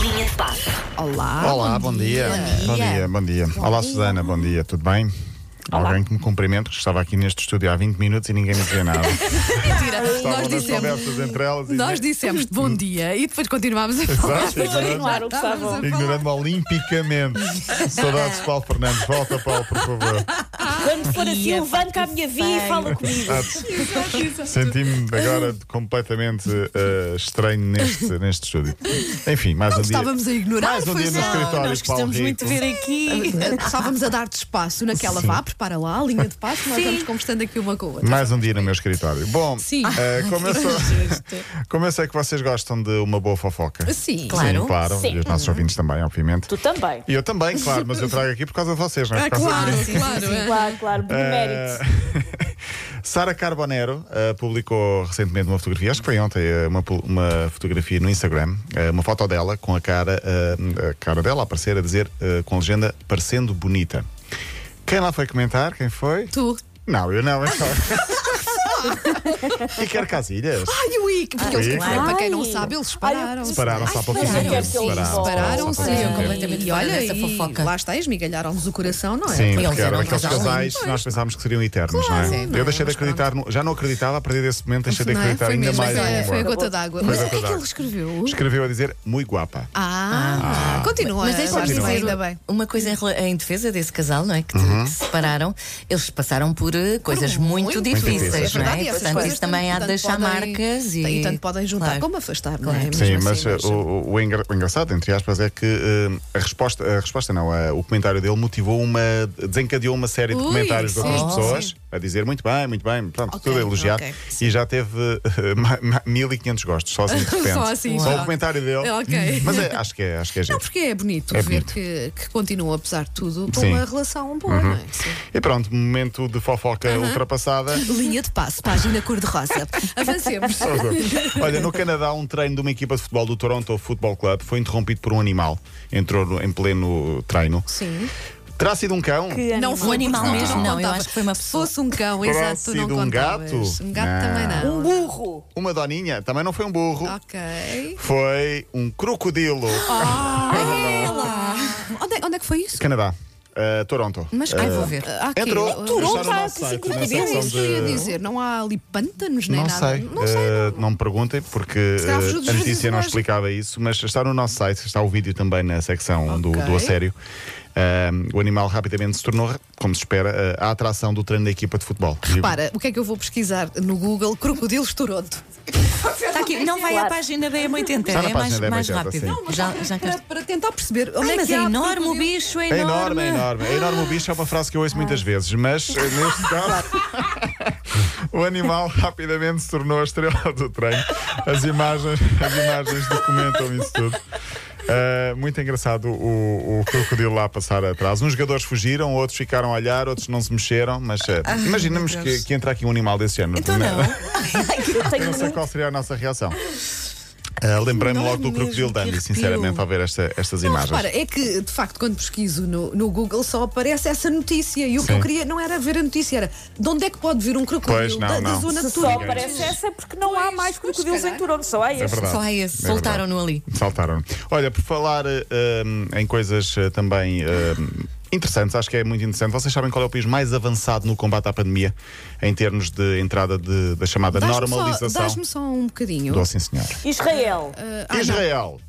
Linha de passe. Olá. Olá, bom dia. Bom dia, bom dia. Olá, Susana, bom dia, tudo bem? Alguém que me cumprimenta, que estava aqui neste estúdio há 20 minutos e ninguém me dizia nada. Mentira. Estavam Nós nas dissemos, conversas entre elas e nós dissemos bom dia e depois continuámos a falar. Exato, ignorando- Já estávamos a falar. ignorando-me olimpicamente. Saudades de Paulo Fernandes. Volta, Paulo, por favor. Quando for assim, levanta a minha via e fala comigo. Senti-me agora completamente eh, estranho neste, neste estúdio. Enfim, mais um dia. Estávamos a ignorar. Mais um foi dia no só- escritório Nós de Paulo gostamos muito Rico. de ver aqui. Estávamos a dar-te espaço naquela vá, prepara lá a linha de passo, nós vamos conversando aqui uma com a outra. Mais um dia no meu escritório. Bom, Sim. eh, como, eu sou, como eu sei que vocês gostam de uma boa fofoca. Sim, Sim, claro. Sim. Uhum. E os nossos ouvintes também, obviamente. Tu também. E eu também, claro, mas eu trago aqui por causa de vocês, não é? Ah, Por causa claro, de- claro. é. Claro, claro, Ah. por mérito. Eh, Sara Carbonero eh, publicou recentemente uma fotografia, acho que foi ontem, eh, uma, pu- uma fotografia no Instagram, eh, uma foto dela com a cara, eh, a cara dela a aparecer a dizer eh, com a legenda parecendo bonita. Quem lá foi comentar? Quem foi? Tu. Não, eu não, eu só. Iker Casilhas. Ai, o Ick, porque eles, Claro. para quem não Ai. sabe, eles Ai, eu- separaram-se. Separaram-se há pouco espera, tempo. eu quero que é eu Separaram-se, volte. Separaram-se. há pouco tempo. eu completamente E fora olha, dessa e fofoca. lá está, esmigalharam-nos o coração, não é? Sim, Eles porque eram eram aqueles casal. casais que nós pensámos que seriam eternos, Claro, não é? sim, não é? eu deixei de Mas acreditar, no- já não acreditava, a partir desse momento deixei de Não é? acreditar Foi ainda mesmo, mais foi- no foi a amor. gota d'água. Foi Mas a o que é que gota ele d'água. escreveu? Escreveu a dizer muito guapa. Ah, continua. Mas deixa-me Vasco, continua. dizer ainda bem. uma coisa em, rela- em defesa desse casal, não é? Que, te- Uhum. que se separaram. Eles passaram por eh, coisas muito, muito difíceis, difíceis, É não verdade, é? e essas Portanto, coisas isso também há de tanto deixar podem- marcas e. E tanto podem juntar Claro. como afastar, não é? Claro. Sim, Mesmo mas assim, uh, o, o engra- o engraçado, entre aspas, é que uh, a resposta, a resposta não, a- o comentário dele motivou uma. desencadeou uma série de Ui, comentários de outras sim. pessoas Sim. a dizer muito bem, muito bem, pronto, Ok, tudo a elogiar. ok, e já teve uh, ma- ma- 1500 gostos, só assim de repente. Só assim, só só. o comentário dele. Ok. Mas é, acho que é, acho que é Não, giro. porque é bonito É ver bonito. Que, que continuam, apesar de tudo, com Sim. uma relação boa, não é? Sim. E pronto, momento de fofoca ultrapassada. Linha de passo, página cor-de-rosa. Avancemos. Olha, no Canadá, um treino de uma equipa de futebol do Toronto Football Club foi interrompido por um animal. Entrou no- em pleno treino. Sim. Terá sido um cão? Não foi Um animal porque tu mesmo? Não, eu contavas. acho que foi uma Se pessoa. fosse um cão, Terá exato, tu não sido um contavas. gato? Um gato Não. também Um não. burro. Uma doninha? Também não foi um burro. Ah. Ok. Foi um crocodilo. Ah. Onde, é- onde é que foi isso? Canadá. Uh, Toronto. Mas Uh, Ai, vou ver. Ah, há quê? Entrou. Ah, está Toronto, no há nosso site, na crocodilos. Era secção isso que é? eu ia de- dizer. Não há ali pântanos nem Não nada. sei, Não sei. eh, não me perguntem, porque Será eh, ajuda a dos notícia não judiciais? explicava isso, mas está no nosso site, está o vídeo também na secção do, Ok. do assédio. Ahm, o animal rapidamente se tornou, como se espera, eh, a atração do treino da equipa de futebol. E- Para, o que é que eu vou pesquisar no Google? Crocodilos Toronto. Está aqui, não vai à página da M80, Está na é mais, página da mais M80, rápido. sim. Não, mas é Já, já cá Para, está. para tentar perceber. Onde Ai, é mas que é há enorme o crocodilos? bicho, é É enorme. enorme, Ah. é enorme. É enorme o bicho, é uma frase que eu ouço muitas vezes, mas eh, neste caso o animal rapidamente se tornou a estrela do treino. As imagens, as imagens documentam isso tudo. Eh, muito engraçado o, o crocodilo lá a passar atrás. Uns jogadores fugiram, outros ficaram a olhar, outros não se mexeram, mas eh, imaginamos meu que, Deus. que entra aqui um animal desse género. Então não. Eu tenho Eu não sei muito. qual seria a nossa reação. Eh, Lembrei-me logo Enorme do crocodilo mesmo, que Dandy, arrepio. sinceramente, ao ver esta- estas Não, imagens. repara, é que de facto, quando pesquiso no, no Google, só aparece essa notícia. E o que Sim. eu queria não era ver a notícia, era de onde é que pode vir um Pois, crocodilo não, da, da não. zona Se de só Turim? aparece essa, porque não há Pois, mais pois, crocodilos em caralho. Toronto, só há É este. verdade. Só há esse. É Soltaram-no ali. Saltaram. Olha, por falar eh, hum, em coisas eh, também eh, interessantes, acho que é muito interessante. Vocês sabem qual é o país mais avançado no combate à pandemia em termos de entrada de- da chamada Dás-me só- normalização? Dás-me só um bocadinho. Dou sim, senhor. Israel. Ah, ah, não, Israel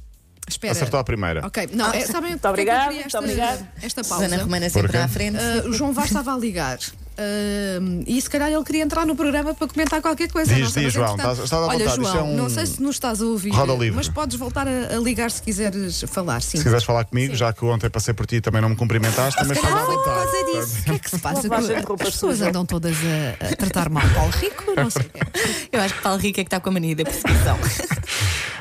espera. acertou a primeira. Ok, não, é, sabem porque é que eu obrigado, queria esta, muito obrigado. esta pausa. Susana Romana Porquê? sempre à frente. Ah, o João Vaz estava a ligar. Ah, e se calhar ele queria entrar no programa para comentar qualquer coisa. Diz, não sei, mas diz, João, entretanto- estás- estás à Olha, vontade, João, isto é um- não sei se nos estás a ouvir, Roda livre. mas podes voltar a, a ligar se quiseres falar, sim. Se quiseres falar comigo, já que ontem passei por ti e também não me cumprimentaste, também estás à Foi Ah, por vontade. causa disso. O que é que se passa? Lavagem de roupa As pessoas suja. andam todas a, a tratar mal Paulo Rico, não sei o quê. Eu acho que Paulo Rico é que está com a mania da perseguição.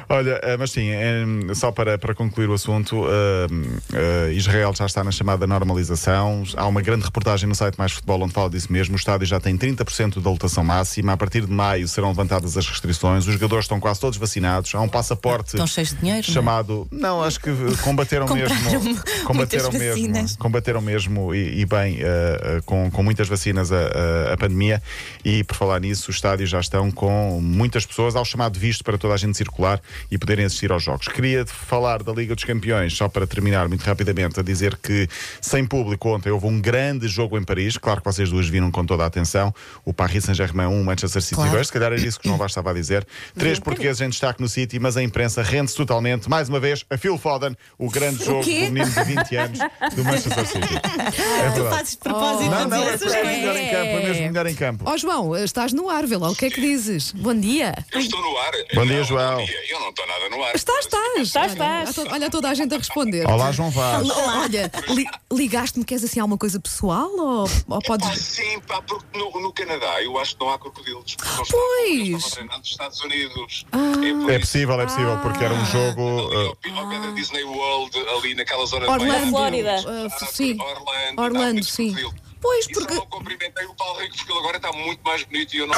Olha, eh, mas sim, em- só para, para concluir o assunto, eh, eh, Israel já está na chamada normalização. Há uma grande reportagem no site Mais Futebol onde fala disso mesmo. O estádio já tem 30% da lotação máxima. A partir de maio serão levantadas as restrições. Os jogadores estão quase todos vacinados. Há um passaporte. Estão cheios de dinheiro, não é? Chamado. Não, acho que combateram mesmo. Compraram Combateram muitas mesmo vacinas. combateram mesmo e, e bem eh, eh, com, com muitas vacinas a, a- a pandemia e por falar nisso os estádios já estão com muitas pessoas ao chamado visto para toda a gente circular e poderem assistir aos jogos. Queria falar da Liga dos Campeões, só para terminar muito rapidamente, a dizer que sem público ontem houve um grande jogo em Paris. Claro que vocês duas viram com toda a atenção o Paris Saint-Germain 1, Manchester City Claro. 2. Se calhar era isso que o João Vaz estava a dizer. Três portugueses em destaque no City, mas a imprensa rende-se totalmente. Mais uma vez, a Phil Foden, o grande jogo quê? do menino de 20 anos do Manchester City. É Tu verdade. fazes de propósito Não, a não, dizer é essas para coisas. melhor em campo, é mesmo melhor em campo. Ó João, estás no ar, vê lá o que é que dizes. Bom dia. Eu estou no ar. Bom dia, Não, João. dia. Eu não estou nada no ar. Estás, estás. Estás, estás. Olha, olha toda a gente a responder. Olá, João Vaz. Olá. Olha, li- ligaste-me, queres assim alguma coisa pessoal ou, ou Ah, podes. sim, pá, porque no, no Canadá eu acho que não há crocodilos. porque eles estavam- Pois. Ah. Eles estavam treinados nos Estados Unidos. por É isso. possível, é possível, porque era um jogo. Ali ao uh, pé- ao pé da Disney World, ali naquela zona de Orlando. Miami. Flórida. Ah, Ah, sim. Orlando. dá Orlando, muito sim. crocodilo. Pois, E só porque. não cumprimentei o Paulo Rico porque ele agora está muito mais bonito e eu não.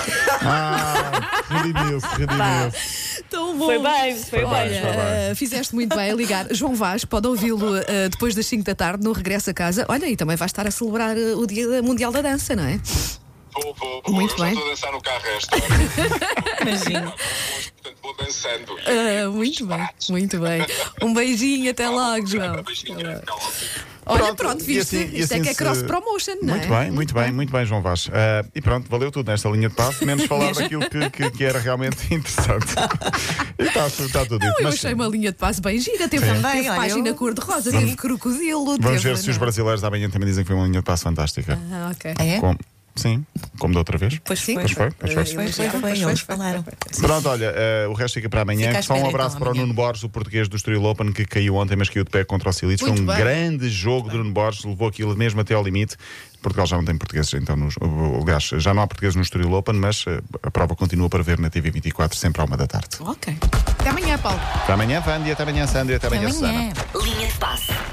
Ah, redimiu-se, redimiu-se. Tão bom. Foi bem, Foi foi bem, bem. foi bem. Uh, fizeste muito bem a ligar. João Vaz, pode ouvi-lo uh, depois das 5 da tarde no regresso a casa. Olha, e também vai estar a celebrar uh, o Dia Mundial da Dança, não é? Vou, vou, vou. Muito eu já bem. estou a dançar no carro a esta hora. Imagino. Portanto, vou dançando. Uh, muito bem, muito bem. Um beijinho, até logo, João. Beijinho, até logo. Olha, Pronto, pronto, e viste? assim- e Isto é assim que é se- cross-promotion, não é? Muito bem, muito bem, muito bem, João Vaz. Uh, e pronto, valeu tudo nesta linha de passo, menos falar daquilo que, que- que era realmente interessante. E está tá tudo dito. Não, eu mas achei sim. uma linha de passe bem gira. Teve, Também, teve olha, página eu- cor-de-rosa, Sim. teve crocodilo. Vamos teve, ver se os não. brasileiros da manhã também dizem que foi uma linha de passo fantástica. Ah, ok. É? Como- sim, como da outra vez. Pois Pois foi, pois foi. Pois foi, foi, eles falaram. Pronto, olha, eh, o resto fica para amanhã. Fica à Só um espera, abraço então, para amanhã. o Nuno Borges, o português do Estoril Open, que caiu ontem, mas caiu de pé contra o Silic. Foi um Muito bem. grande jogo do Nuno Borges, levou aquilo mesmo até ao limite. Portugal já não tem portugueses, então, nos, aliás, já não há portugueses no Estoril Open, mas eh, a prova continua para ver na TV 24, sempre à uma da tarde. Ok. Até amanhã, Paulo. Até amanhã, Vandi, até amanhã, Sandra, até amanhã, Amanhã. Susana. Linha de passe.